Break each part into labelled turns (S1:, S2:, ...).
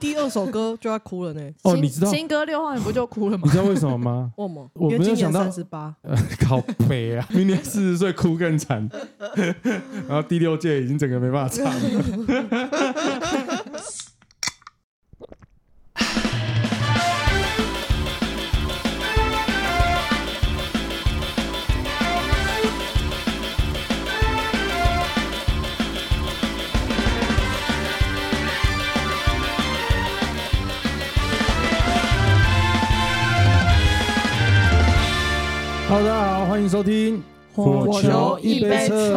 S1: 第二首歌就要哭了呢。
S2: 哦，
S3: 新
S2: 你知道
S3: 新歌六号你不就哭了吗
S2: 你？知道为什么 吗？
S1: 为什么？
S2: 我
S1: 因为
S2: 没
S1: 今
S2: 有
S1: 年
S2: 想到
S1: 三十八，
S2: 呃，靠北啊，明年四十岁哭更 惨，然后第六届已经整个没办法唱 了。Hello，大家好，欢迎收听《
S1: 火球
S3: 一
S2: 测
S3: 杯测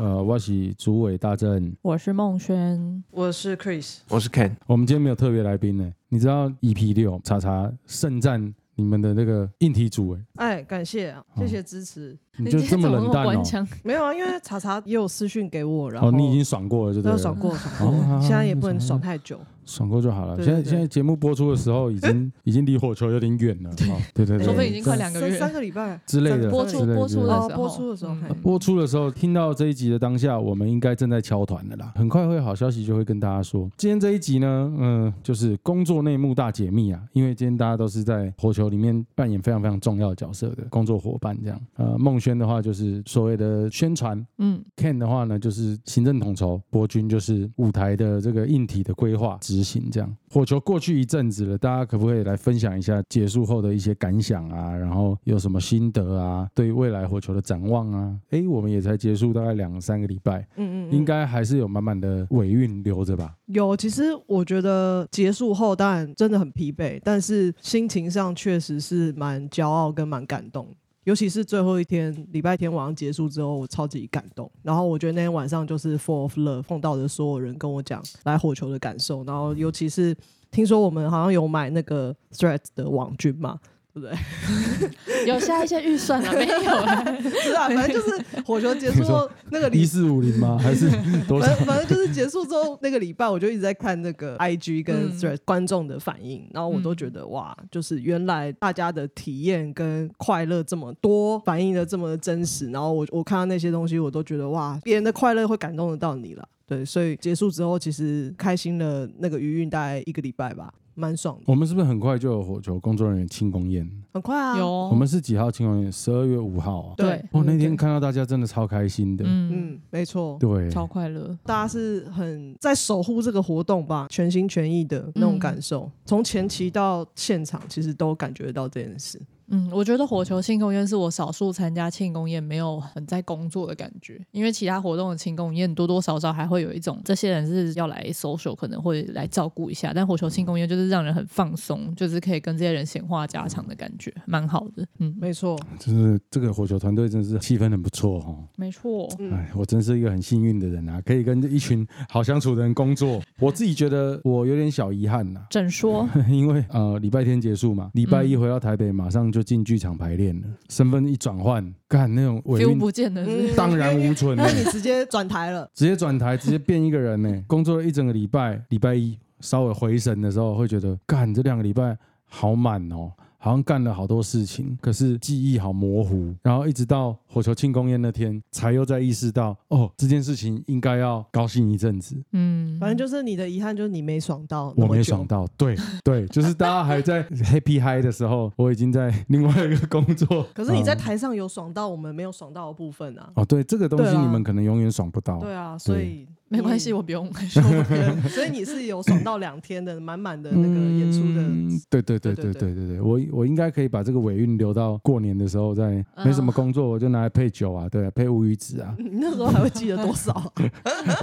S2: 呃，我是主委大正。
S3: 我是孟轩，
S1: 我是 Chris，
S4: 我是 Ken，
S2: 我们今天没有特别来宾呢，你知道 EP 六查查盛赞你们的那个硬体组哎，
S1: 哎，感谢啊，谢谢支持。
S2: 你就这么冷淡哦？
S3: 哦？
S1: 没有啊，因为查查也有私讯给我，然后
S2: 哦，你已经爽过了，就对
S1: 都
S2: 了，
S1: 爽过爽
S2: 哦好
S1: 过，
S2: 好
S1: 现在也不能爽太久。
S2: 爽过就好了。
S1: 对
S2: 现
S1: 对
S2: 在
S1: 对
S2: 现在节目播出的时候，已经已经离火球有点远了，哦对对对，
S3: 除非已经快
S2: 对
S3: 两个月
S1: 三三个礼拜
S2: 之类的
S3: 播
S2: 之
S3: 出
S2: 类的
S3: 播出的时候，
S1: 哦播出的时候
S3: 嗯
S1: 嘿
S2: 播出的时候，听到这一集的当下，我们应该正在敲团的啦。很快会有好消息就会跟大家说。今天这一集呢，嗯、就是工作内幕大解密啊，因为今天大家都是在火球里面扮演非常非常重要的角色的工作伙伴，这样。呃，孟轩的话就是所谓的宣传
S3: 嗯，
S2: ，Ken 的话呢就是行政统筹，博君就是舞台的这个硬体的规划执行这样。火球过去一阵子了，大家可不可以来分享一下结束后的一些感想啊？然后有什么心得啊？对未来火球的展望啊？诶，我们也才结束大概两三个礼拜，
S1: 嗯嗯，嗯
S2: 应该还是有满满的尾韵留着吧？
S1: 有。其实我觉得结束后，当然真的很疲惫，但是心情上确实是蛮骄傲跟蛮感动。尤其是最后一天，礼拜天晚上结束之后，我超级感动。然后我觉得那天晚上就是 Full of Love，碰到的所有人跟我讲来火球的感受。然后尤其是听说我们好像有买那个 Threads 的网军嘛，对不对？
S3: 嗯有下一些预算了没有 啊？
S1: 是啊，反正 就是火球结束后那个
S2: 一
S1: 礼
S2: 四五 零吗？还是多少
S1: 反？正反正就是结束之后那个礼拜，我就一直在看那个 IG 跟
S3: 嗯
S1: Thread 观众的反应，然后我都觉得哇，就是原来大家的体验跟快乐这么多，反应的这么真实，然后我我看到那些东西，我都觉得哇，别人的快乐会感动得到你了。对，所以结束之后，其实开心了那个余韵大概一个礼拜吧，蛮爽
S3: 哦
S1: 的，
S2: 我们是不是很快就有火球工作人员庆功宴？
S1: 很快啊。
S3: 有，
S2: 我们是几号庆功宴？十二月五号啊。
S1: 对
S2: 哦，那
S1: 对
S2: 天看到大家真的超开心的。
S3: 嗯，
S1: 嗯，没错，
S2: 对，
S3: 超快乐，
S1: 大家是很在守护这个活动吧，全心全意
S3: 嗯
S1: 的那种感受，从前期到现场，其实都感觉得到这件事。
S3: 嗯，我觉得火球庆功宴是我少数参加庆功宴没有很在工作的感觉，因为其他活动的庆功宴多多少少还会有一种这些人是要来 social，可能会来照顾一下，但火球庆功宴就是让人很放松，就是可以跟这些人闲话家常的感觉，蛮好的，嗯，
S1: 没错，
S2: 就是这个火球团队真是气氛很不错哦。
S3: 没错，
S1: 嗯，
S2: 哎，我真是一个很幸运的人啊，可以跟一群好相处的人工
S3: 嗯
S2: 作。我自己觉得我有点小遗憾呐、啊
S3: 正说，
S2: 因为呃礼拜天结束嘛，礼拜一回到台北，马上就进剧场排练了，身份一转换，干那种尾
S3: feel
S2: 韵
S3: 不见的是，
S2: 荡然无存呢、
S1: 那你直接转台
S3: 嗯
S1: 了，
S2: 直接转台，直接变一个 人呢、工作了一整个礼拜，礼拜一稍微回神的时候，会觉得干这两个礼拜好满哦。好像干了好多事情，可是记忆好模糊，然后一直到火球庆功宴那天，才又在意识到，哦，这件事情应该要高兴一阵子，
S3: 嗯，
S1: 反正就是你的遗憾就是你没爽到那
S2: 我
S1: 么久，
S2: 没爽到，对对，就是大家还在 happy high 的时候，我已经在另外一个工作。
S1: 可是你在
S2: 嗯
S1: 台上有爽到我们没有爽到的部分啊，
S2: 哦，对，这个东
S1: 对
S2: 西
S1: 啊
S2: 你们可能永远爽不到。
S1: 对啊，所以
S3: 没关系，
S1: 你
S3: 我不用
S1: 说不定所以你是有爽到两天的，满满的那个演出
S2: 嗯
S1: 的，
S2: 对对对
S1: 对
S2: 对
S1: 对，
S2: 对对对，我我应该可以把这个尾韵留到过年的时候再，
S3: 嗯
S2: 没什么工作，我就拿来配酒啊，对啊，配乌鱼子 啊
S1: 你那时候还会记得多少？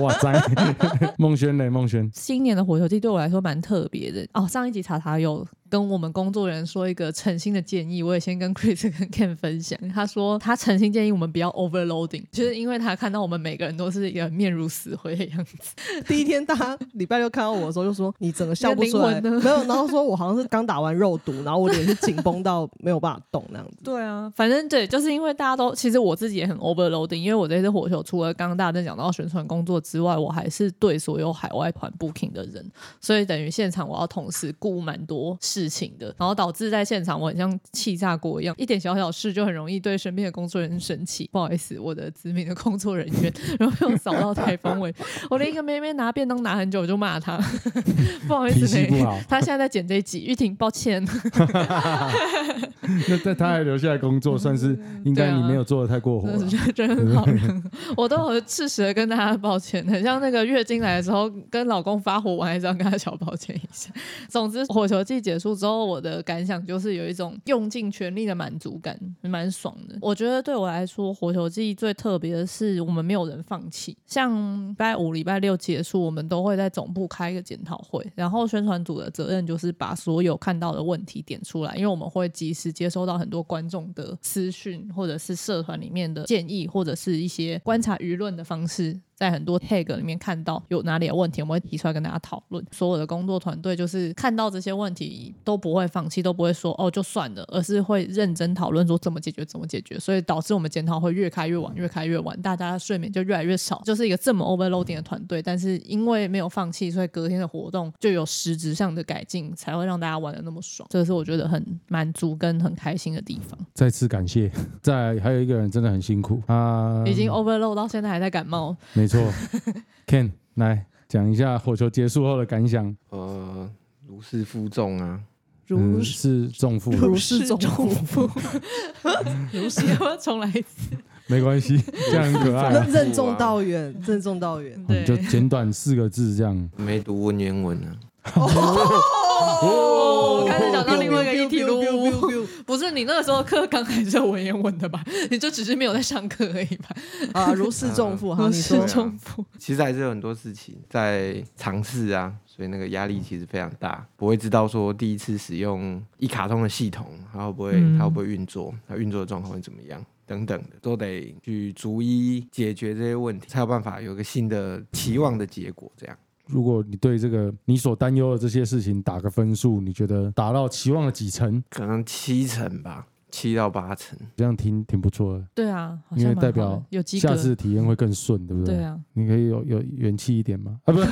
S2: 哇塞， 孟轩嘞，孟轩，
S3: 新年的火球季对我来说蛮特别的哦。上一集查查有跟我们工作人员说一个诚心的建议，我也先跟 Chris 跟 Ken 分享。他说他诚心建议我们不要 overloading，就是因为他看到我们每个人都是一个面如死灰的样子。
S1: 第一天大家礼拜六看到我的时候就说你整个笑不出来，
S3: 你的灵魂呢
S1: 没有，然后说我好像是刚打完肉毒，然后我脸是紧绷到没有办法动那样子。
S3: 对啊，反正对，就是因为大家都其实我自己也很 overloading，因为我这次火球除了刚刚大家讲到宣传工作之外，我还是对所有海外团 booking 的人，所以等于现场我要同时顾蛮多事情的，然后导致在现场我很像气炸锅一样，一点小小事就很容易对身边的工作人员生气。不好意思，我的知名的工作人员， 然后又扫到台 风尾，我连一个妹妹拿便当拿很久我就骂她， 不好意
S2: 脾
S3: 思
S2: 气不
S3: 妹，
S2: 好，
S3: 她现在在剪这一集，玉婷，抱歉。
S2: 那但他还留下来工作，算是应该
S3: 对啊
S2: 你没有做的太过火了。
S3: 真的很好 人，我都有适时的跟大家抱歉，很像那个月经来的时候跟老公发火，我还是要跟他小抱歉一下。总之，火球季结束之后，我的感想就是有一种用尽全力的满足感，蛮爽的。我觉得对我来说，火球季最特别的是我们没有人放弃。像礼拜五、礼拜六结束，我们都会在总部开一个检讨会，然后宣传组的责任就是把所有看到的问题点出来，因为我们会及时接收到很多观众的私讯，或者是社团里面的建议，或者是一些观察舆论的方式。在很多 tag 里面看到有哪里有问题，我们会提出来跟大家讨论。所有的工作团队就是看到这些问题都不会放弃，都不会说哦就算了，而是会认真讨论说怎么解决，怎么解决。所以导致我们检讨会越开越晚，越开越晚，大家睡眠就越来越少，就是一个这么 overloading 的团队。但是因为没有放弃，所以隔天的活动就有实质上的改进，才会让大家玩的那么爽。这是我觉得很满足跟很开心的地方。
S2: 再次感谢，再来还有一个人真的很辛苦啊，
S3: 已经 overload 到现在还在感冒，
S2: 没错，Ken 来讲一下火球结束后的感想，
S4: 呃，如释负重啊，
S3: 如
S2: 嗯是重负，
S1: 如释重
S3: 负。如释，要不 要重来一次？
S2: 没关系，这样很可爱 啊、
S1: 任任重道远，任重道远。
S2: 我们就
S3: 对，
S2: 简短四个字这样。
S4: 没读文言文啊，
S3: 哦，开始讲到另外一个议题喽。
S1: 噜
S3: 不是你那个时候课刚开始是有文言文的吧？ 你就只是没有在上课而已吧？
S1: 啊，如释重负。好，
S3: 如
S1: 你
S3: 释
S4: 啊
S1: 说
S3: 重负，
S4: 其实还是有很多事情在尝试啊，所以那个压力其实非常大。不会知道说第一次使用一卡通的系统，它会不会、
S3: 嗯
S4: 它会不会运作，它运作的状况会怎么样等等的，都得去逐一解决这些问题，才有办法有一个新的期望的结果。这样，
S2: 如果你对这个你所担忧的这些事情打个分数，你觉得达到期望的几成？
S4: 可能七成吧，七到八成。
S2: 这样听挺不错的，
S3: 对啊，好
S2: 因
S3: 像
S2: 为
S3: 蛮
S2: 代
S3: 好
S2: 表
S3: 的有及格
S2: 下。次体验会更顺，对不对？
S3: 对啊，
S2: 你可以有有元气一点吗？啊，不是，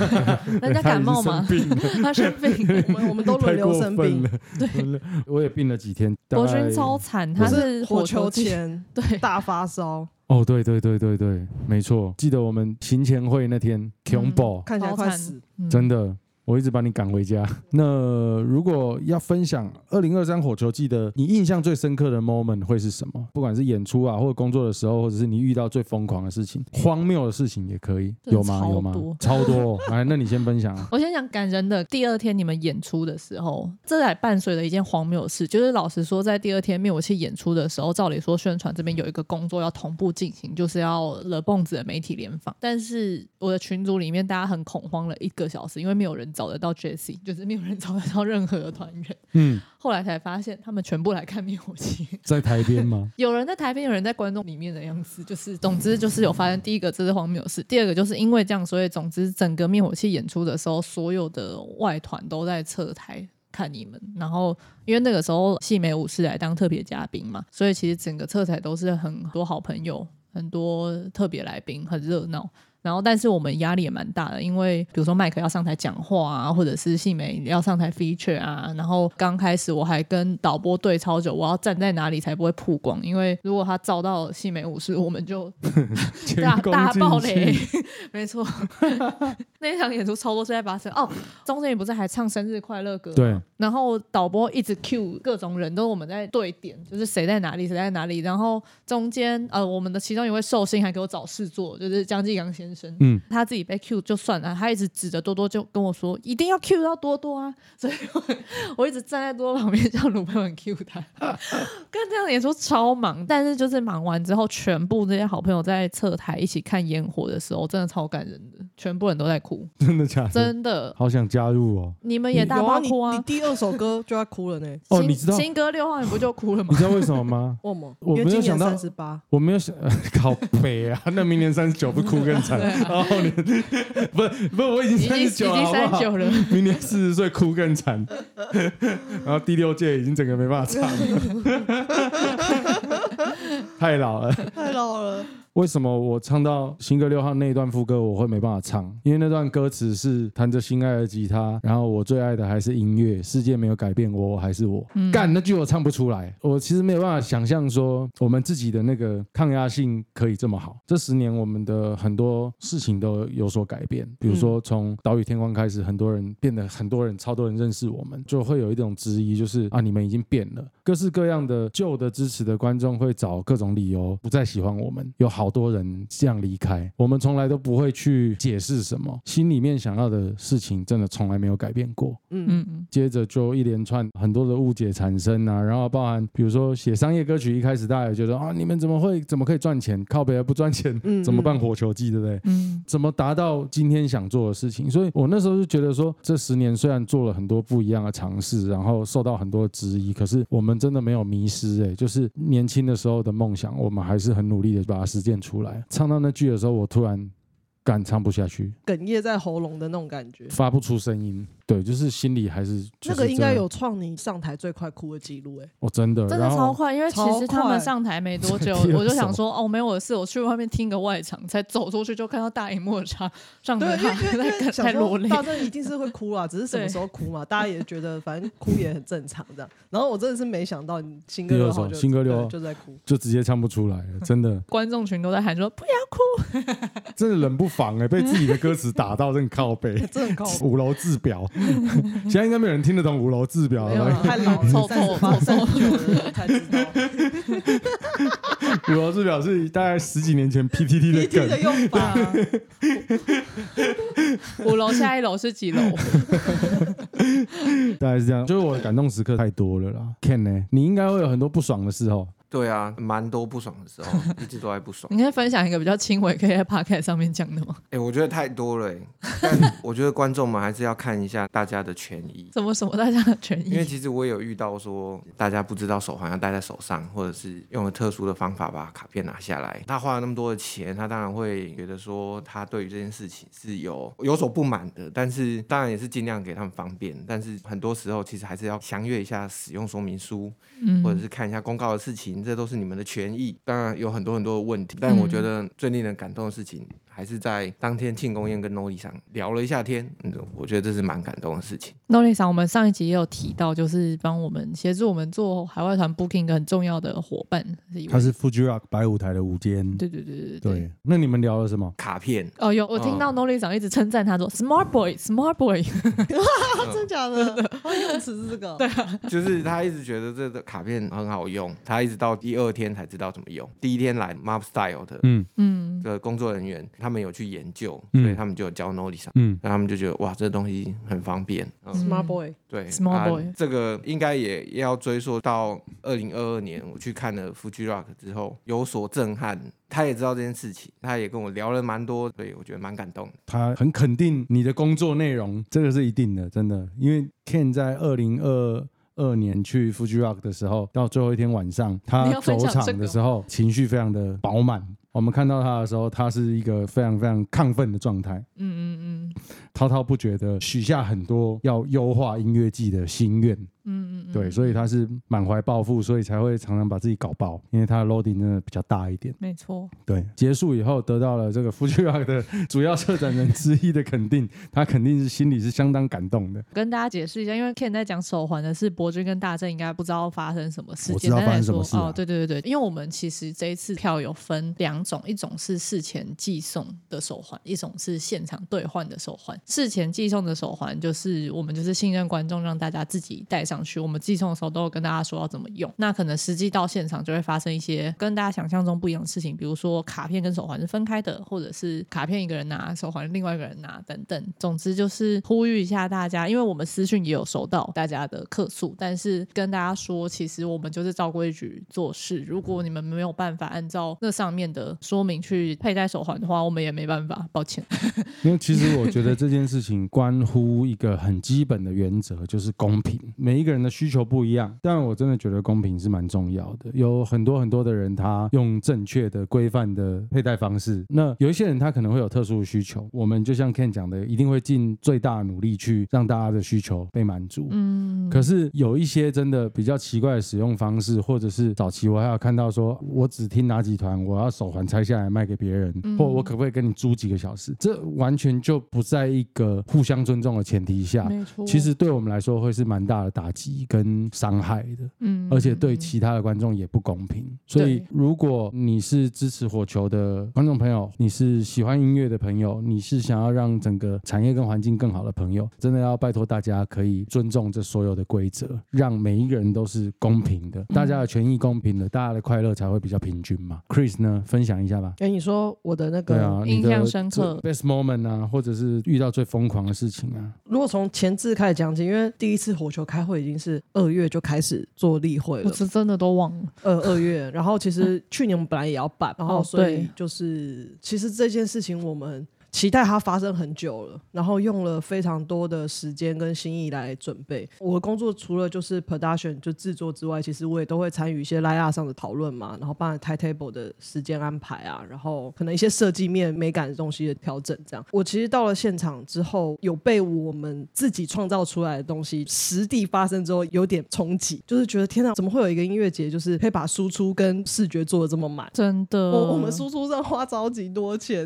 S3: 人家感冒 嘛，
S2: 他已经生病了
S3: 他生 病了，
S1: 我们我们都轮
S2: 太
S1: 流
S2: 过
S1: 生
S2: 分
S1: 病
S2: 了，。对，我也病了几天。大
S3: 博
S2: 概
S3: 君超惨，
S1: 我
S3: 他是
S1: 火球
S3: 球季，
S1: 前
S3: 对，
S1: 大发烧，
S2: 哦，对对对对对，没错。记得我们行前会那天 k i n b o
S1: 看起来
S3: 超
S1: 快
S3: 惨
S1: 死。
S3: 嗯
S2: 真的，我一直把你赶回家。 那如果要分享二零二三火球季的你印象最深刻的 moment 会是什么？不管是演出啊，或者工作的时候，或者是你遇到最疯狂的事情、荒谬的事情也可以，
S3: 真的
S2: 有吗？有吗
S3: 超多？
S2: 超多哦。 来，那你先分享啊。
S3: 我先讲感人的。第二天你们演出的时候，这还伴随了一件荒谬的事，就是老实说，在第二天灭火器演出的时候，照理说宣传这边有一个工作要同步进行，就是要惹蹦子的媒体联访。但是我的群组里面大家很恐慌了一个小时，因为没有人找得到 Jesse，就是没有人 找得到任何的团员。
S2: 嗯，
S3: 后来才发现，他们全部来看灭火器。
S2: 在台边吗？
S3: 有人在台边，有人在观众里面的样子，就是总之就是有发生第一个这是荒谬的事，第二个就是因为这样，所以总之整个灭火器演出的时候，所有的外团都在侧台。看你们，然后因为那个时候戏美武士来当特别嘉宾嘛，所以其实整个侧台都是很多好朋友，很多特别来宾，很热闹。然后，但是我们压力也蛮大的，因为比如说麦克要上台讲话啊，或者是细美要上台 feature 啊。然后刚开始我还跟导播对超久，我要站在哪里才不会曝光？因为如果他照到细美武士，我们就
S2: 前
S3: 大
S2: 功
S3: 大
S2: 尽
S3: 爆
S2: 弃
S3: 雷，没错。 那一场演出超多是在发生哦，中间你不是还唱生日快乐歌？
S2: 对，
S3: 然后导播一直 cue 各种人，都是我们在对点，就是谁在哪里，谁在哪里。然后中间呃，我们的其中一位寿星还给我找事做，就是江继阳先生。
S2: 嗯，
S3: 他自己被 cue 就算了，他一直指着多多就跟我说一定要 cue 到多多啊，所以我我一直站在多多旁边叫鲁佩文 cue 他。跟这样演出超忙，但是就是忙完之后，全部这些好朋友在侧台一起看烟火的时候，真的超感人的，全部人都在哭，
S2: 真的假的？
S3: 真的。
S2: 好想加入哦。
S3: 你们也大
S1: 有啊，
S3: 爆
S1: 你
S3: 哭
S1: 你第二首歌就要哭了呢。
S2: 哦，
S3: 新
S2: 你知道，
S3: 新歌六号你不就哭了
S2: 你
S3: 吗？
S2: 知道为什么吗？
S1: 为什么？
S2: 我
S1: 因为
S2: 没有
S1: 今
S2: 想
S1: 年
S2: 到
S1: 三十八，
S2: 我没有想， 靠北啊！那明年三十九不哭更惨。哦，你不不，我已经
S3: 已经
S2: 三
S3: 啊已
S2: 十九
S3: 经
S2: 了，好嗯
S3: 三
S2: 不
S3: 十
S2: 好？
S3: 九了，
S2: 明年四十岁哭更惨， 然后第六届已经整个没办法唱了。 太老了。
S1: 太老了，
S2: 为什么我唱到新歌六号那一段副歌，我会没办法唱？因为那段歌词是弹着心爱的吉他，然后我最爱的还是音乐，世界没有改变我，我还是我。干那句我唱不出来，我其实没有办法想象说我们自己的那个抗压性可以这么好。这十年我们的很多事情都有所改变，比如说从岛屿天光开始，很多人变得很多人，超多人认识我们，就会有一种质疑，就是啊，你们已经变了。各式各样的旧的支持的观众会找各种理由不再喜欢我们，有好多人这样离开。我们从来都不会去解释什么，心里面想要的事情真的从来没有改变过。
S1: 嗯，
S3: 嗯嗯，
S2: 接着就一连串很多的误解产生啊，然后包含比如说写商业歌曲，一开始大家也觉得啊，你们怎么会怎么可以赚钱？靠北不赚钱
S1: 嗯
S2: 怎么办
S1: 嗯
S2: 火球季，对不对？
S3: 嗯
S2: 怎么达到今天想做的事情？所以我那时候就觉得说，这十年虽然做了很多不一样的尝试，然后受到很多质疑，可是我们真的没有迷失、欸。就是年轻的时候的梦想，我们还是很努力的把它实践出来。唱到那句的时候，我突然干唱不下去，
S1: 哽咽在喉咙的那种感觉。
S2: 发不出声音。对，就是心里还是、就是、
S1: 那个应该有，创你上台最快哭的记录哎，
S2: 我、哦真的，
S3: 真的
S2: 然后，
S3: 超快，因为其实他
S1: 超快
S3: 们上台没多久
S2: 第二
S3: 我就想说，哦，没有我的事，我去外面听个外场，才走出去就看到大荧幕的他上
S1: 对，
S3: 台，
S1: 因为因 为因为
S3: 太
S1: 想
S3: 太
S1: 说
S3: 落泪，
S1: 大正一定是会哭啊啦，只是什么
S3: 对
S1: 时候哭 嘛，大家也觉得反正哭也很正常这样。然后我真的是没想到你新歌
S2: 第二
S1: 六号
S2: 首
S1: 就
S2: 新歌六
S1: 对
S2: 号
S1: 就在哭，
S2: 就直接唱不出来了，真 的，
S3: 观众群都在喊说不要哭，
S2: 真的冷不防哎、被自己的歌词打到，真的靠 背。
S1: 真的很高。
S2: 五楼字表，现在应该没有人听得懂五楼字表
S3: 没有
S2: 了
S3: 啊
S2: 吧。
S1: 太老了，
S3: 凑凑
S1: 三十八、
S3: 凑
S1: 三十九的人才知道
S3: 啊
S2: 五楼字表是大概十几年前 PTT 的
S1: PT 的
S2: 梗，
S1: 用 法。
S3: 五楼下一楼是几楼？
S2: 大概是这样。就是我的感动时刻太多了啦。Ken 呢、你应该会有很多不爽的哦时候。
S4: 对啊，蛮多不爽的时候， 一直都在不 爽。
S3: 你可以分享一个比较轻微可以在 p o c a s t 上面讲的吗？
S4: 哎、我觉得太多了、欸，但我觉得观众们还是要看一下大家的权益。
S3: 什么什么大家的权
S4: 因为
S3: 益？
S4: 其实我也有遇到说，大家不知道手环要戴在手上，或者是用了特殊的方法把卡片拿下来。他花了那么多的钱，他当然会觉得说，他对于这件事情是有有所不满的。但是当然也是尽量给他们方便，但是很多时候其实还是要详阅一下使用说明书，
S3: 嗯
S4: 或者是看一下公告的事情，这都是你们的权益。当然有很多很多的问题，但我觉得最令人感动的事情。还是在当天庆功宴跟 Noli 上聊了一下天，嗯，我觉得这是蛮感动的事情。
S3: n o l i s 我们上一集也有提到，就是帮我们协助我们做海外团 booking 一个很重要的伙伴，是一位
S5: 他是 Fuji Rock 白舞台的舞间，
S3: 对对对对对
S5: 对，
S2: 那你们聊了什么？
S4: 卡片，
S3: 哦，有我听到 n o l i 长一直称赞他说 “smart boy”，“smart boy”，
S1: 真假的？他用词是这个？对，
S4: 就是他一直觉得这个卡片很好用，他一直到第二天才知道怎么用。第一天来 Mob Style 的
S2: 嗯
S3: 嗯，
S4: 的工作人员，他们有去研究，
S2: 嗯
S4: 所以他们就有教 Noli 上，
S2: 嗯，
S4: 那他们就觉得哇，这东西很方便。嗯，
S1: Smart Boy，
S4: 对
S3: Small
S4: 啊
S3: boy
S4: 这个应该也要追溯到二零二二年，我去看了 Fuji Rock 之后有所震撼。他也知道这件事情，他也跟我聊了蛮多，所以我觉得蛮感动的。
S2: 他很肯定你的工作内容，这个是一定的，真的。因为 Ken 在二零二二年去 Fuji Rock 的时候，到最后一天晚上，他
S3: 你要
S2: 走
S3: 分享这个
S2: 场的时候，情绪非常的饱满。我们看到他的时候，他是一个非常非常亢奋的状态。
S3: 嗯嗯嗯
S2: 滔滔不绝的许下很多要优化音乐季的心愿，
S3: 嗯嗯，
S2: 对，
S3: 以
S2: 所以他是满怀抱负，所以才会常常把自己搞爆，因为他的 loading 真的比较大一点。
S3: 没错，
S2: 对，结束以后得到了这个 Fuji Rock 的主要策展人之一的肯定，他肯定是心里是相当感动的。
S3: 跟大家解释一下，因为 Ken 在讲手环的是博君跟大正应该不知道发生什么事，
S5: 我知
S3: 简
S5: 道
S3: 单来
S5: 发生什
S3: 说
S5: 么事啊
S3: 哦，对对对对，因为我们其实这一次票有分两种，一种是事前寄送的手环，一种是现场兑换的手环。事前寄送的手环就是我们就是信任观众，让大家自己带上去。我们寄送的时候都有跟大家说要怎么用，那可能实际到现场就会发生一些跟大家想象中不一样的事情，比如说卡片跟手环是分开的，或者是卡片一个人拿，手环另外一个人拿等等。总之就是呼吁一下大家，因为我们私讯也有收到大家的客诉，但是跟大家说，其实我们就是照规矩做事。如果你们没有办法按照那上面的说明去佩戴手环的话，我们也没办法，抱歉。
S2: 因为其实我觉得这件事情关乎一个很基本的原则，就是公平。每一个人的需求不一样，但我真的觉得公平是蛮重要的。有很多很多的人，他用正确的、规范的佩戴方式。那有一些人，他可能会有特殊的需求，我们就像 Ken 讲的，一定会尽最大的努力去让大家的需求被满足。
S3: 嗯，
S2: 可是有一些真的比较奇怪的使用方式，或者是早期我还有看到说，我只听哪几团，我要手环拆下来卖给别人，
S3: 嗯
S2: 或我可不可以跟你租几个小时？这完全就不在一个互相尊重的前提下。
S3: 没错，
S2: 其实对我们来说会是蛮大的打击跟伤害的，
S3: 嗯，
S2: 而且对
S3: 嗯
S2: 其他的观众也不公平。所以
S3: 对，
S2: 如果你是支持火球的观众朋友，你是喜欢音乐的朋友，你是想要让整个产业跟环境更好的朋友，真的要拜托大家可以尊重这所有的规则，让每一个人都是公平的，大家的权益公平的，大家的快乐才会比较平均嘛。Chris 呢，分享一下吧。
S1: 哎、你说我的那
S2: 对
S1: 个，
S2: 啊，你
S3: 印
S2: 的
S3: 象深刻
S2: 最 best moment 啊，或者是遇到最疯狂的事情啊，
S1: 如果从前置开始讲起，因为第一次火球开会已经是二月就开始做例会
S3: 我
S1: 了，
S3: 是真的都忘了，
S1: 呃，二月。然后其实去年我们本来也要办，然后
S3: 哦
S1: 所以
S3: 对
S1: 就是、其实这件事情我们期待它发生很久了，然后用了非常多的时间跟心意来准备。我的工作除了就是 production 就制作之外，其实我也都会参与一些 l i n 上的讨论嘛，然后帮然 timetable 的时间安排啊，然后可能一些设计面美感的东西的调整这样。我其实到了现场之后，有被我们自己创造出来的东西实地发生之后有点冲击，就是觉得天哪，怎么会有一个音乐节就是可以把输出跟视觉做的这么满？
S3: 真的，
S1: 我我们输出上花超级多 钱，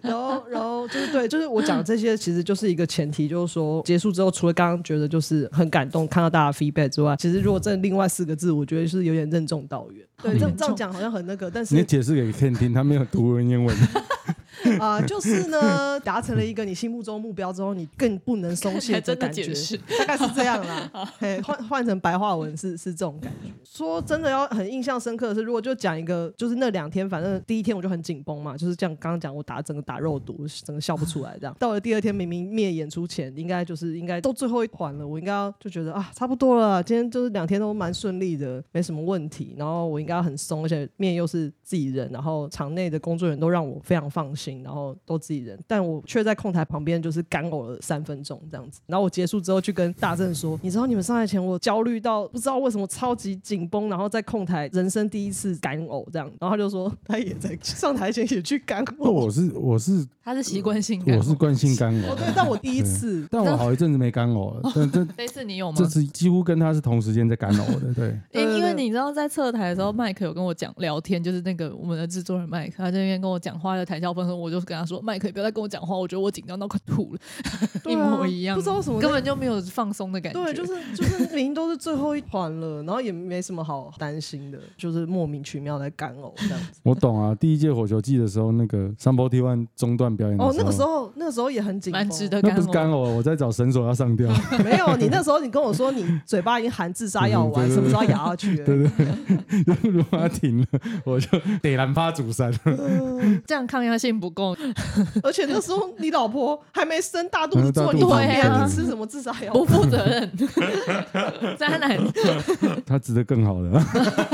S1: 然后然后就是对，就是我讲这些其实就是一个前提，就是说结束之后，除了刚刚觉得就是很感动看到大家的 feedback 之外，其实如果真的另外四个字，我觉得是有点任重道远。对，这样这样讲好像很那个，但
S2: 你
S1: 是
S2: 解释给 Ken 听，他没有读文 言文。
S1: 啊、就是呢，达成了一个你心目中目标之后，你更不能松懈
S3: 还真的
S1: 感
S3: 解
S1: 觉。
S3: 释，
S1: 大概是这样啦。嘿，换换成白话文是是这种感觉。说真的，要很印象深刻的是，如果就讲一个，就是那两天，反正第一天我就很紧绷嘛，就是这样。刚刚讲我打整个打肉毒，整个笑不出来这样。到了第二天，明明灭演出前，应该就是应该都最后一团了，我应该要就觉得啊，差不多了，今天就是两天都蛮顺利的，没什么问题。然后我应该很松，而且面又是自己人，然后场内的工作人员都让我非常放心，然后都自己人，但我却在控台旁边就是干呕了三分钟这样子。然后我结束之后去跟大正说，你知道你们上台前我焦虑到不知道为什么超级紧绷，然后在控台人生第一次干呕这样，然后他就说他也在上台前也去干
S2: 不，
S1: 呕。
S2: 哦我是我是
S3: 他是习惯性感，
S2: 我是惯性干
S1: 哦，对
S2: 呕，，
S1: 但我第一 次，
S2: 但我好一阵子没干呕了，但这
S3: 这一次你有吗
S2: 这？次几乎跟他是同时间在干呕 的，对，
S3: 因
S1: 对对
S3: 因
S1: 对
S3: 为你知道，在侧台的时候，麦克有跟我讲聊天，就是那个我们的制作人麦克，他在那边跟我讲话的谈笑风生，我就跟他说：“麦克，你不要再跟我讲话，我觉得我紧张到快吐了，
S1: 对
S3: 一
S1: 啊
S3: 模一样，
S1: 不知道为什么那
S3: 根本就没有放松的感觉。”
S1: 对，就是就是明明都是最后一团了，然后也没什么好担心的，就是莫名其妙在干呕这样子。
S2: 我懂啊。第一届火球季的时候，那个三波 T One 中断表演的
S1: 哦，那个时候那个时候也很紧绷，
S3: 蛮值得
S2: 那
S3: 干
S2: 不是干
S3: 呕。
S2: 呕，我在找绳索 要上吊，
S1: 没有，你那时候你跟我说你嘴巴已经含自杀药丸，什么时候要咬下去了？
S2: 对对对，如果他停了，我就得兰趴主山。
S3: 这样抗压性不够，
S1: 而且那时候你老婆还没生大肚子
S2: 嗯大
S1: 坐
S2: 肚
S1: 你
S2: 子
S1: 旁边，
S3: 对
S1: 你吃什么自杀药
S3: 不
S1: 丸？
S3: 负责任， 渣男。
S2: 他值得更 好的，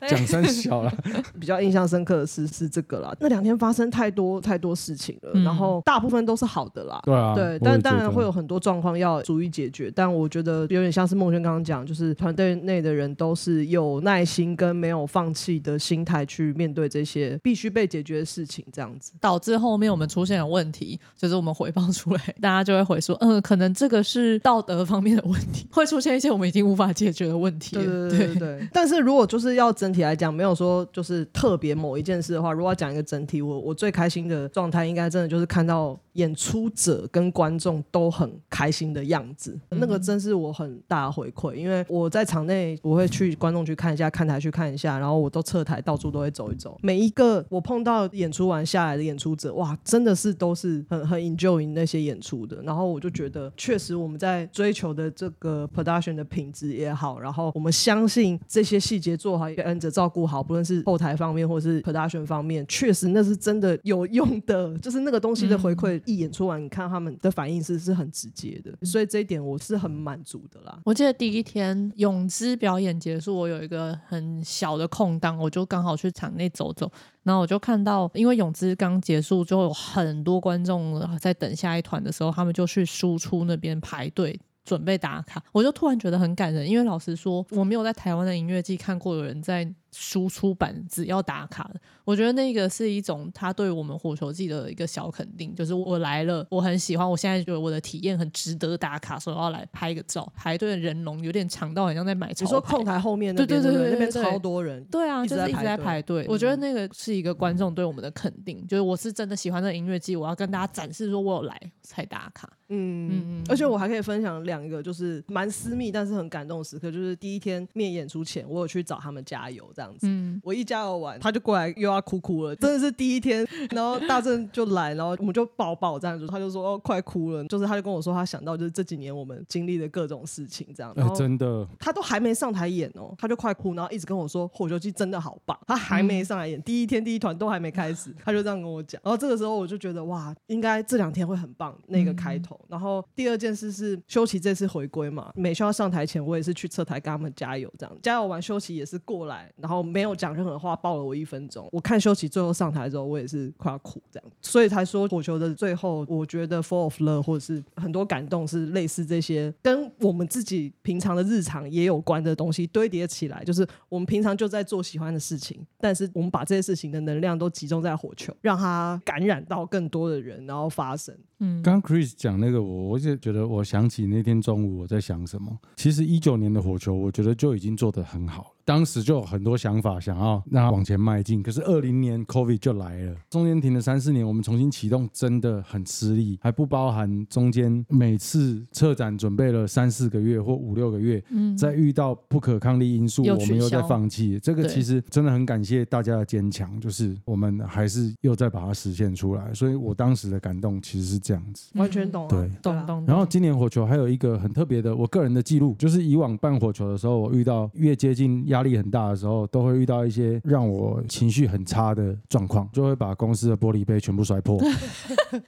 S1: 哎
S2: 讲三小了。
S1: 比较印象深刻的是是这个啦，那两天发生太多太多事情了，
S3: 嗯
S1: 然后大部分都是好的啦。
S2: 对啊，我
S1: 对，
S2: 也觉
S1: 但
S2: 得
S1: 当然会有很多状况要逐一解决。但我觉得有点像是孟轩刚刚讲，就是团队内的人都是有耐心跟没有放弃的心态去面对这些必须被解决的事情，这样子。
S3: 导致后面我们出现了问题，就是我们回报出来，大家就会回说，嗯，可能这个是道德方面的问题，会出现一些我们已经无法解决的问 题了。
S1: 对对对对对。但是如果就是要整体来讲，没有说就是特别某一件事的话，如果要讲一个整体，我我最开心的状态，应该真的就是看到演出者跟观众都很开心的样子，那个真是我很大的回馈。因为我在场内，我会去观众去看一下，看台去看一下，然后我都侧台到处都会走一走。每一个我碰到演出完下来的演出者，哇，真的是都是很很 enjoy 那些演出的。然后我就觉得，确实我们在追求的这个 production 的品质也好，然后我们相信这些细节做好，表演者照顾好，不论是后台方面或是 production 方面，确实那是真的有用的。就是那个东西的回馈，一演出完，你看他们的反应是是很直接的，所以这一点我是很满足的啦。
S3: 我记得第一天泳姿表演结束，我有一个很小的空档，我就刚好去场内走走，然后我就看到，因为泳姿刚结束，就有很多观众在等下一团的时候，他们就去输出那边排队。准备打卡，我就突然觉得很感人，因为老实说，我没有在台湾的音乐季看过有人在输出版只要打卡的。我觉得那个是一种他对我们火球季的一个小肯定，就是我来了，我很喜欢，我现在觉得我的体验很值得打卡，所以我要来拍个照。排队的人龙有点长到很像在买
S1: 你
S3: 潮
S1: 说
S3: 牌
S1: 控台后面那边，
S3: 对对
S1: 对
S3: 对
S1: 不那边
S3: 对对对
S1: 超多人，
S3: 对啊，
S1: 一直
S3: 就是
S1: 在
S3: 一直
S1: 排
S3: 在
S1: 队嗯
S3: 排队。我觉得那个是一个观众对我们的肯定，就是我是真的喜欢这个音乐季，我要跟大家展示说我有来才打卡。
S1: 嗯，
S3: 嗯
S1: 而且我还可以分享两个，就是蛮私密但是很感动的时刻，就是第一天面演出前，我有去找他们加油这样子。
S3: 嗯，
S1: 我一加油完，他就过来又要哭哭了，真的是第一天。然后大正就来，然后我们就抱抱这样子，他就说哦快哭了，就是他就跟我说他想到就是这几年我们经历的各种事情这样，然
S2: 哎，
S1: 后
S2: 真的，
S1: 他都还没上台演哦，他就快哭，然后一直跟我说《火球季》真的好棒。他还没上来演，第一天第一团都还没开始，他就这样跟我讲。然后这个时候我就觉得哇，应该这两天会很棒那个开头。然后第二件事是修齐这次回归嘛，美秀要上台前，我也是去侧台跟他们加油，这样加油完修齐也是过来，然后没有讲任何话，抱了我一分钟。我看修齐最后上台之后，我也是快要哭这样，所以才说火球的最后，我觉得《Fall of Love》或者是很多感动是类似这些跟我们自己平常的日常也有关的东西堆叠起来，就是我们平常就在做喜欢的事情，但是我们把这些事情的能量都集中在火球，让它感染到更多的人，然后发生。
S3: 嗯
S2: 刚 Chris 讲那个，我我就觉得我想起那天中午我在想什么。其实一九年的火球，我觉得就已经做得很好了，当时就有很多想法想要让它往前迈进。可是二零年 COVID 就来了，中间停了三四年，我们重新启动真的很吃力，还不包含中间每次策展准备了三四个月或五六个月，
S3: 嗯
S2: 再遇到不可抗力因素，
S3: 又
S2: 我们
S3: 取
S2: 又在
S3: 消
S2: 放弃。这个
S3: 对
S2: 其实真的很感谢大家的坚强，就是我们还是又再把它实现出来。所以我当时的感动其实是这样子。
S1: 完全懂、啊，
S2: 对
S1: 啊
S3: 嗯懂。懂。
S2: 然后今年火球还有一个很特别的，我个人的记录，就是以往办火球的时候，我遇到越接近压力很大的时候，都会遇到一些让我情绪很差的状况，就会把公司的玻璃杯全部摔 破。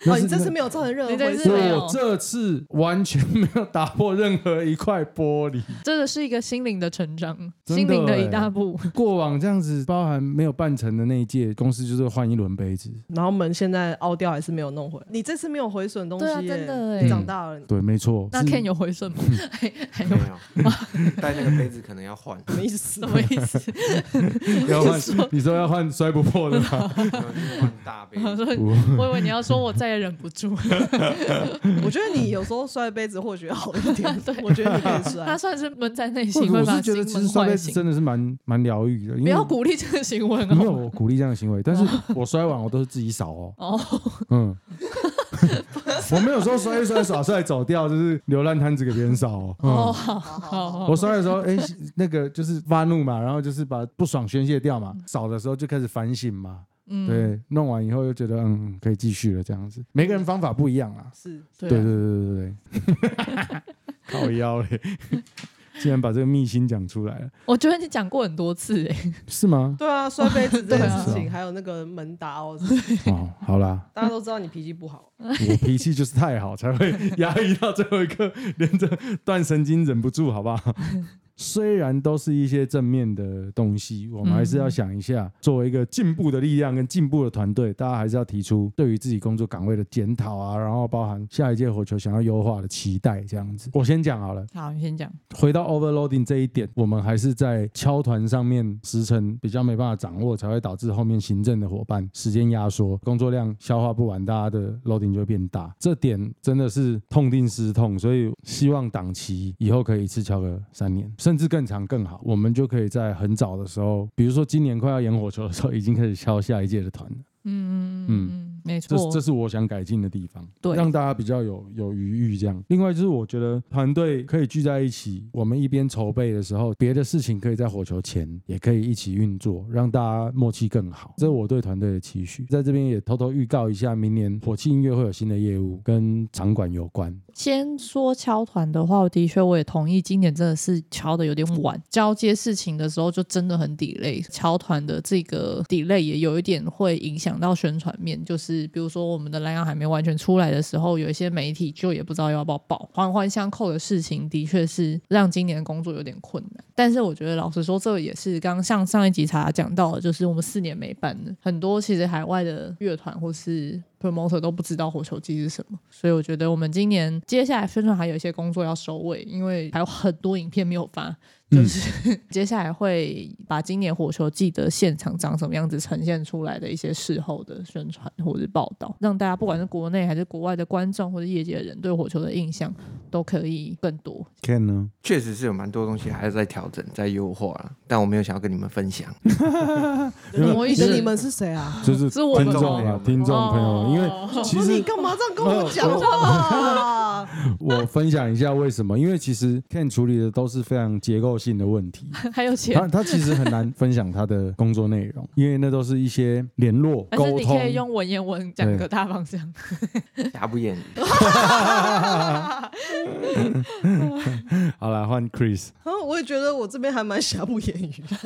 S1: 哦，你这次没有造成任何哦
S3: 你这
S1: 回
S3: 次
S1: 声
S3: 没有
S2: 我这次完全没有打破任何一块玻璃。
S3: 这个是一个心灵的成长，
S2: 真的
S3: 心灵的一
S2: 欸
S3: 大步。
S2: 过往这样子，包含没有办成的那一届，公司就是换一轮杯子。
S1: 然后门现在凹掉还是没有弄回来，你这次没有回损东西
S3: 对
S1: 耶、
S3: 啊，真的
S1: 你
S3: 哎。
S1: 长大了，
S2: 对，没错。
S3: 那
S2: 是嗯
S3: Ken 有回顺吗？还还 有
S4: 没有，带那个杯子可能 要换，
S1: 什么意思
S3: 什？么意 思？
S2: 要换
S3: 说，
S2: 你说要换摔不破的 吗？
S4: 没有就是换大杯。
S3: 我说，
S2: 不
S3: 我以为你要说我再也忍不住了。
S2: 嗯
S1: 我觉得你有时候摔杯子或许好一 点，我觉得你可以
S3: 他
S1: 摔。
S3: 算是闷在内
S2: 我
S3: 心，会
S2: 啊我
S3: 把
S2: 是觉
S3: 心
S2: 得其实
S3: 闷
S2: 摔杯
S3: 唤
S2: 子
S3: 醒。
S2: 真的是蛮蛮疗愈的，因
S3: 不
S2: 为
S3: 要鼓励这个行为
S2: 没有
S3: 哦。
S2: 我鼓励这样的行为，但是我摔碗我都是自己扫哦，
S3: 哦，
S2: 嗯， 我没有说摔一摔扫出来走掉，就是流浪摊子给别人扫哦。
S3: 哦，
S2: 嗯
S3: 好好好好，
S2: 我摔的时候，哎，那个就是发怒嘛，然后就是把不爽宣泄掉嘛，扫的时候就开始反省嘛，
S3: 嗯，
S2: 对，弄完以后又觉得嗯可以继续了这样子，每个人方法不一样啊。
S1: 是，
S3: 对
S2: 对
S3: 啊
S2: 对对对对， 靠腰欸嘞， 竟然把这个秘辛讲出来了，
S3: 我觉得你讲过很多次哎，
S2: 是 吗？
S1: 对啊，摔杯子这件事
S2: 对
S1: 情，
S2: 啊
S1: 还有那个门打哦，
S2: 哦，好啦，
S1: 大家都知道你脾气不 好，
S2: 我脾气就是太好，才会压抑到最后一刻，连着断神经忍不住，好不好？虽然都是一些正面的东西，我们还是要想一下，作为一个进步的力量跟进步的团队，大家还是要提出对于自己工作岗位的检讨啊，然后包含下一届火球想要优化的期待这样子。我先讲好了，
S3: 好，你先讲。
S2: 回到 overloading 这一点，我们还是在敲团上面时程比较没办法掌握，才会导致后面行政的伙伴时间压缩，工作量消化不完，大家的 loading 就会变大。这点真的是痛定思痛，所以希望档期以后可以一次敲个三年，甚至更长更好，我们就可以在很早的时候，比如说今年快要演火球的时候，已经开始敲下一届的团了。
S3: 嗯嗯嗯嗯，没
S2: 这
S3: 错
S2: 这，是我想改进的地方，
S3: 对
S2: 让大家比较有有余裕这样。另外就是我觉得团队可以聚在一起，我们一边筹备的时候，别的事情可以在火球前也可以一起运作，让大家默契更好。
S1: 嗯
S2: 这是我对团队的期许，在这边也偷偷预告一下，明年火气音乐会有新的业务跟场馆有关，
S3: 先说敲团的话，我的确我也同意，今年真的是敲的有点晚，交接事情的时候就真的很 delay。敲团的这个 delay 也有一点会影响到宣传面，就是比如说我们的蓝牙还没完全出来的时候，有一些媒体就也不知道要不要报，环环相扣的事情的确是让今年的工作有点困难。但是我觉得老实说，这也是刚像上一集茶讲到的，就是我们四年没办了，很多其实海外的乐团或是 promoter 都不知道火球季是什么，所以我觉得我们今年接下来宣传还有一些工作要收尾，因为还有很多影片没有发，
S2: 嗯
S3: 就是、接下来会把今年火球季的现场长什么样子呈现出来的一些事后的宣传或者报道，让大家不管是国内还是国外的观众或者业界的人对火球的印象都可以更多。
S5: Ken 呢？
S4: 确实是有蛮多东西还是在调整、在优化啦但我没有想要跟你们 分享。
S1: 你
S2: 啊
S3: 什么意思
S1: 你们 是谁啊？
S2: 就是
S3: 是我们
S2: 听众啊，
S4: 吗
S2: 听众朋友，因为 其
S1: 不是
S2: 实
S1: 你干嘛这样跟我讲话、啊
S2: 我分享一下为什么，因为其实 Ken 处理的都是非常结构性的问题，
S3: 还有
S2: 他
S3: 钱，
S2: 他其实很难分享他的工作内 容，因为那都是一些联络
S3: 但是
S2: 沟
S3: 你可
S2: 通。
S3: 以用文言文讲个
S2: 对
S3: 大方向。
S4: 瑕不掩瑜，
S2: 好来换 Chris，
S1: 啊我也觉得我这边还蛮瑕不掩瑜的。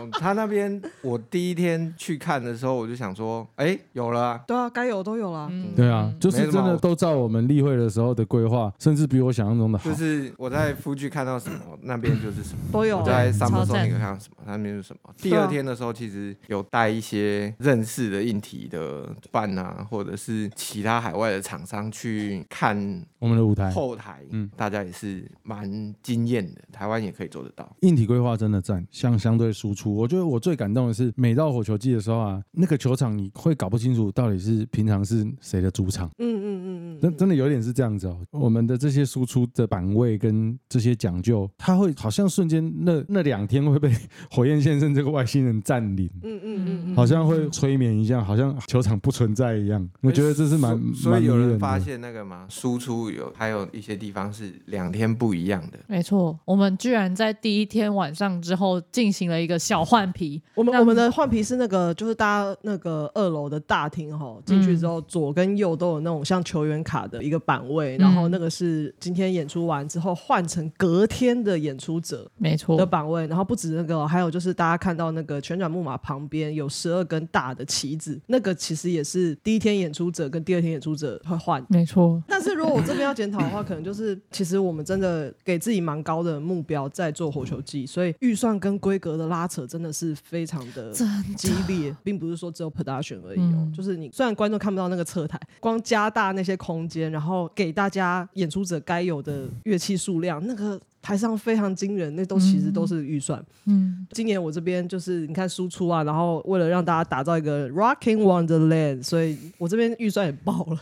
S4: 嗯他那边我第一天去看的时候，我就想说，哎，有了啊，
S1: 对啊，该有都有啦。
S3: 嗯
S2: 对啊，就是
S4: 没什
S2: 真
S4: 么
S2: 的都照我们例会的时候的规划，甚至比我想象中的好
S4: 就。是我在夫剧看到什么，那边就是什么。
S1: 都有
S4: 我
S1: 啊。
S4: 在三
S3: 超
S4: 木松
S3: 赞
S4: 那个看到什么，那边是什么。第
S1: 对啊
S4: 二天的时候，其实有带一些认识的硬体的伴啊，或者是其他海外的厂商去看
S2: 我们的舞台
S4: 后台，
S2: 嗯
S4: 大家也是蛮惊艳的，台湾也可以做得到。
S2: 硬体规划真的赞，相相对输出。我觉得我最感动的是，每到火球季的时候啊，那个球场你会搞不清楚到底是平常是谁的主场。
S1: 嗯嗯嗯
S2: 真真的有点是这样子哦，我们的这些输出的版位跟这些讲究，它会好像瞬间那那两天会被火焰先生这个外星人占领，
S1: 嗯嗯嗯嗯
S2: 好像会催眠一样，好像球场不存在一样。我觉得这是蛮蛮
S4: 所以有
S2: 迷
S4: 人
S2: 的
S4: 发现那个吗？输出有还有一些地方是两天不一样的。
S3: 没错，我们居然在第一天晚上之后进行了一个小换皮，
S1: 我们
S3: 让
S1: 我们的换皮是那个，就是大家那个二楼的大厅哈，进去之后左跟右都有那种像球员卡的一个版位，然后那个是今天演出完之后换成隔天的演出者
S3: 没
S1: 的
S3: 错，
S1: 版位，然后不止那个哦，还有就是大家看到那个旋转木马旁边有十二根大的旗子，那个其实也是第一天演出者跟第二天演出者会 换
S3: 没错，
S1: 但是如果我这边要检讨的话，可能就是其实我们真的给自己蛮高的目标在做火球季，所以预算跟规格的拉扯真的是非常的激烈，并不是说只有 production 而已哦。
S3: 嗯
S1: 就是你虽然观众看不到那个侧台，光加大那些空间，然后给大家演出者该有的乐器数量，那个。台上非常惊人，那都其实都是预算。
S3: 嗯，
S1: 今年我这边就是你看输出啊，然后为了让大家打造一个 Rocking Wonderland，所以我这边预算也爆了。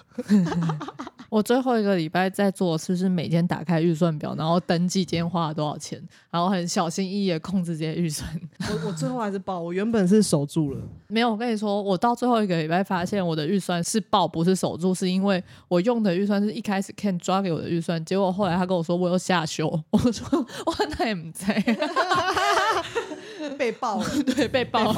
S3: 我最后一个礼拜在做的事是每天打开预算表，然后登记今天花了多少钱，然后很小心翼翼的控制这些预算。
S1: 我我最后还是报，我原本是守住了，
S3: 没有，我跟你说，我到最后一个礼拜发现我的预算是爆，不是守住，是因为我用的预算是一开始 Ken 抓给我的预算，结果后来他跟我说我有下修，我说哇那也不 在，
S1: 被爆了，
S3: 对，被 爆。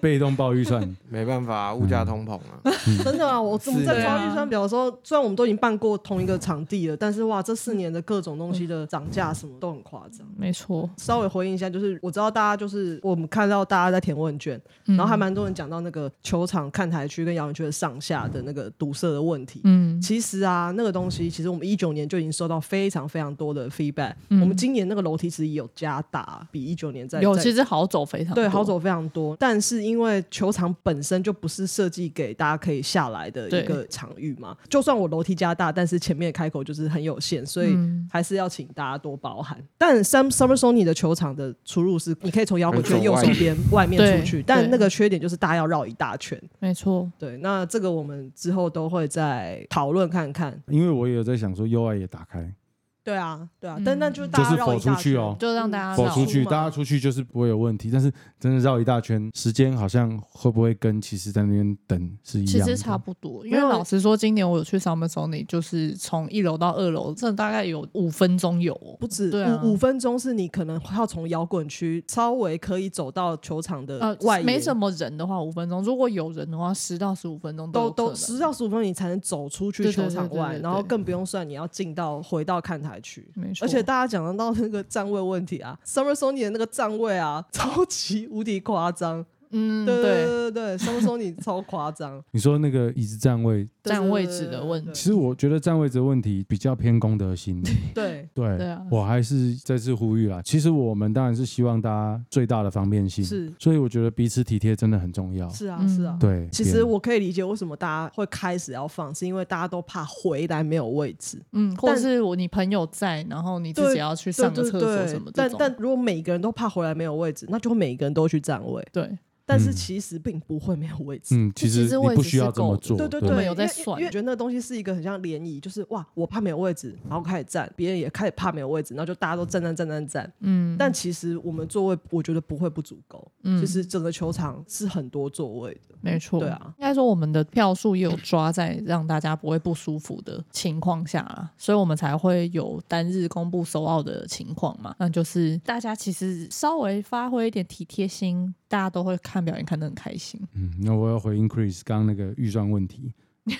S2: 被动报预算，
S4: 没办法，物
S2: 嗯
S4: 价通膨啊，
S1: 真的啊！我我们在抓预算表的时候，虽然我们都已经办过同一个场地了，但是哇，这四年的各种东西的涨价什么都很夸张。
S3: 没错，
S1: 稍微回应一下，就是我知道大家就是我们看到大家在填问卷，
S3: 嗯
S1: 然后还蛮多人讲到那个球场看台区跟摇滚区的上下的那个堵塞的问题。
S3: 嗯，
S1: 其实啊，那个东西其实我们一九年就已经收到非常非常多的 feedback，、
S3: 嗯
S1: 我们今年那个楼梯其实也有加大，比一九年在
S3: 有
S1: 在
S3: 其实好走非常
S1: 对，
S3: 多
S1: 好走非常多。但是因为球场本身就不是设计给大家可以下来的
S3: 对
S1: 一个场域嘛，就算我楼梯加大，但是前面的开口就是很有限，所以
S3: 嗯
S1: 还是要请大家多包涵。但 Sam Summer Sony 的球场的出入是，你可以从摇滚区的右手边外面
S3: 对
S1: 出去
S3: 对，
S1: 但那个缺点就是大家要绕一大圈。
S3: 没错，
S1: 对，那这个我们之后都会再讨论看看。
S2: 因为我也有在想说 UI 也打开，
S1: 对啊，对啊，
S3: 嗯
S1: 但那就是大
S2: 就
S1: 家
S2: 是
S1: 绕一
S2: 否
S1: 大
S2: 出去
S1: 圈
S2: 哦
S3: 就让大家
S2: 走
S3: 绕
S2: 出去，
S1: 啊嘛
S2: 大家出去就是不会有问题。但是真的绕一大圈，时间好像会不会跟其实在那边等是一样
S3: 其
S2: 的？
S3: 实差不多，因
S1: 没
S3: 为
S1: 有啊
S3: 老实说，今年我有去 Summer Sony，就是从一楼到二楼，这大概有五分钟有哦，
S1: 不止
S3: 对啊
S1: 五五分钟，是你可能要从摇滚区稍微可以走到球场
S3: 呃
S1: 的外沿，
S3: 没什么人的话五分钟，如果有人的话十到十五分钟
S1: 都
S3: 都
S1: 都十到十五分钟你才能走出去
S3: 对
S1: 球
S3: 对
S1: 场
S3: 对对
S1: 外
S3: 对，对
S1: 然后更不用算你要进到回到看台区。
S3: 没错，
S1: 而且大家讲到那个站位问题啊，Summer Sony 的那个站位啊，超级无敌夸张。
S3: 嗯，
S1: 对
S3: 对，
S1: 对对对，松松你超夸 张，
S2: 你说那个椅子站位，
S1: 对
S3: 占位置的问题
S2: 其实我觉得站位这个问题比较偏公德心。
S1: 对，
S2: 对，
S3: 对啊
S2: 我还是再次呼吁啦。其实我们当然是希望大家最大的方便性，
S1: 是
S2: 所以我觉得彼此体贴真的很重要。
S1: 是啊
S3: 嗯
S1: 是啊。
S2: 对，
S1: 其
S2: 别
S1: 实我可以理解为什么大家会开始要放，是因为大家都怕回来没有位置。
S3: 嗯，或
S1: 但
S3: 是我你朋友在，然后你自
S1: 对
S3: 己要去
S1: 对
S3: 上个
S1: 对
S3: 厕所什
S1: 对
S3: 么，这
S1: 但
S3: 种，
S1: 但如果每个人都怕回来没有位置，那就每个人都去占位。
S3: 对，
S1: 但是
S2: 嗯
S1: 其实并不会没有位置。
S2: 嗯，其
S3: 其
S2: 实
S3: 实
S2: 你
S3: 位
S2: 不
S3: 置
S2: 需
S3: 是
S2: 要这
S3: 够
S2: 么
S3: 的
S2: 做。
S1: 对对
S3: 我
S1: 对，
S3: 们有在
S1: 因为
S3: 算
S1: 因为觉得那东西是一个很像联谊，就是哇，我怕没有位置，然后开始站，别人也开始怕没有位置，然后就大家都站站站站站。
S3: 嗯，
S1: 但其实我们座位，我觉得不会不足够，
S3: 嗯
S1: 就是整个球场是很多座位的。
S3: 没错，
S1: 对啊，
S3: 应该说我们的票数也有抓在让大家不会不舒服的情况下啦，所以我们才会有单日公布收澳的情况嘛。那就是大家其实稍微发挥一点体贴心，大家都会看表演看得很开心。
S2: 嗯，那我要回应 Chris 刚刚那个预算问 题，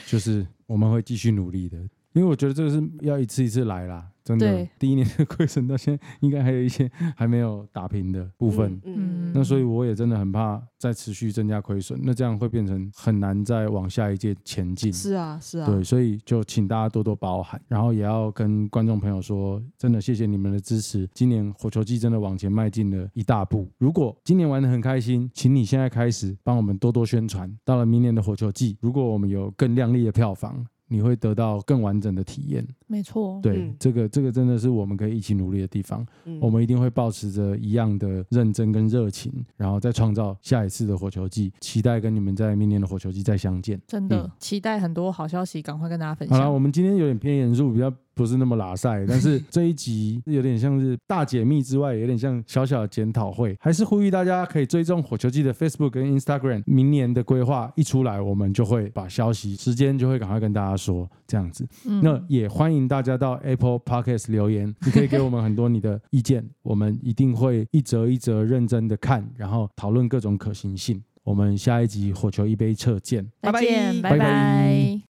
S2: 就是我们会继续努力的，因为我觉得这个是要一次一次来啦，真的
S3: 对。
S2: 第一年的亏损到现在，应该还有一些还没有打平的部分。
S1: 嗯，
S2: 那所以我也真的很怕再持续增加亏损，那这样会变成很难再往下一届前
S3: 嗯
S2: 进。
S1: 是啊，是啊，
S2: 对，所以就请大家多多包涵，然后也要跟观众朋友说，真的谢谢你们的支持。今年火球季真的往前迈进了一大步。如果今年玩的很开心，请你现在开始帮我们多多宣传。到了明年的火球季，如果我们有更亮丽的票房，你会得到更完整的体验。
S3: 没错，
S2: 对，
S1: 嗯
S2: 这个这个真的是我们可以一起努力的地方。
S1: 嗯
S2: 我们一定会保持着一样的认真跟热情，然后再创造下一次的火球季，期待跟你们在明年的火球季再相见。
S3: 真的、
S2: 嗯
S3: 期待很多好消息，赶快跟大家分
S2: 好了，我
S3: 享。
S2: 们今天有点偏严肃，比较不是那么拉塞，但是这一集有点像是大解密之外，有点像小小的检讨会，还是呼吁大家可以追踪火球季的 Facebook 跟 Instagram。明年的规划一出来，我们就会把消息时间就会赶快跟大家说，这样子。
S3: 嗯
S2: 那也欢迎大家到 Apple Podcast 留言，你可以给我们很多你的意见，我们一定会一则一则认真的看，然后讨论各种可行性。我们下一集火球一杯撤见。
S3: 再见，
S1: 拜
S2: 拜拜
S3: 拜拜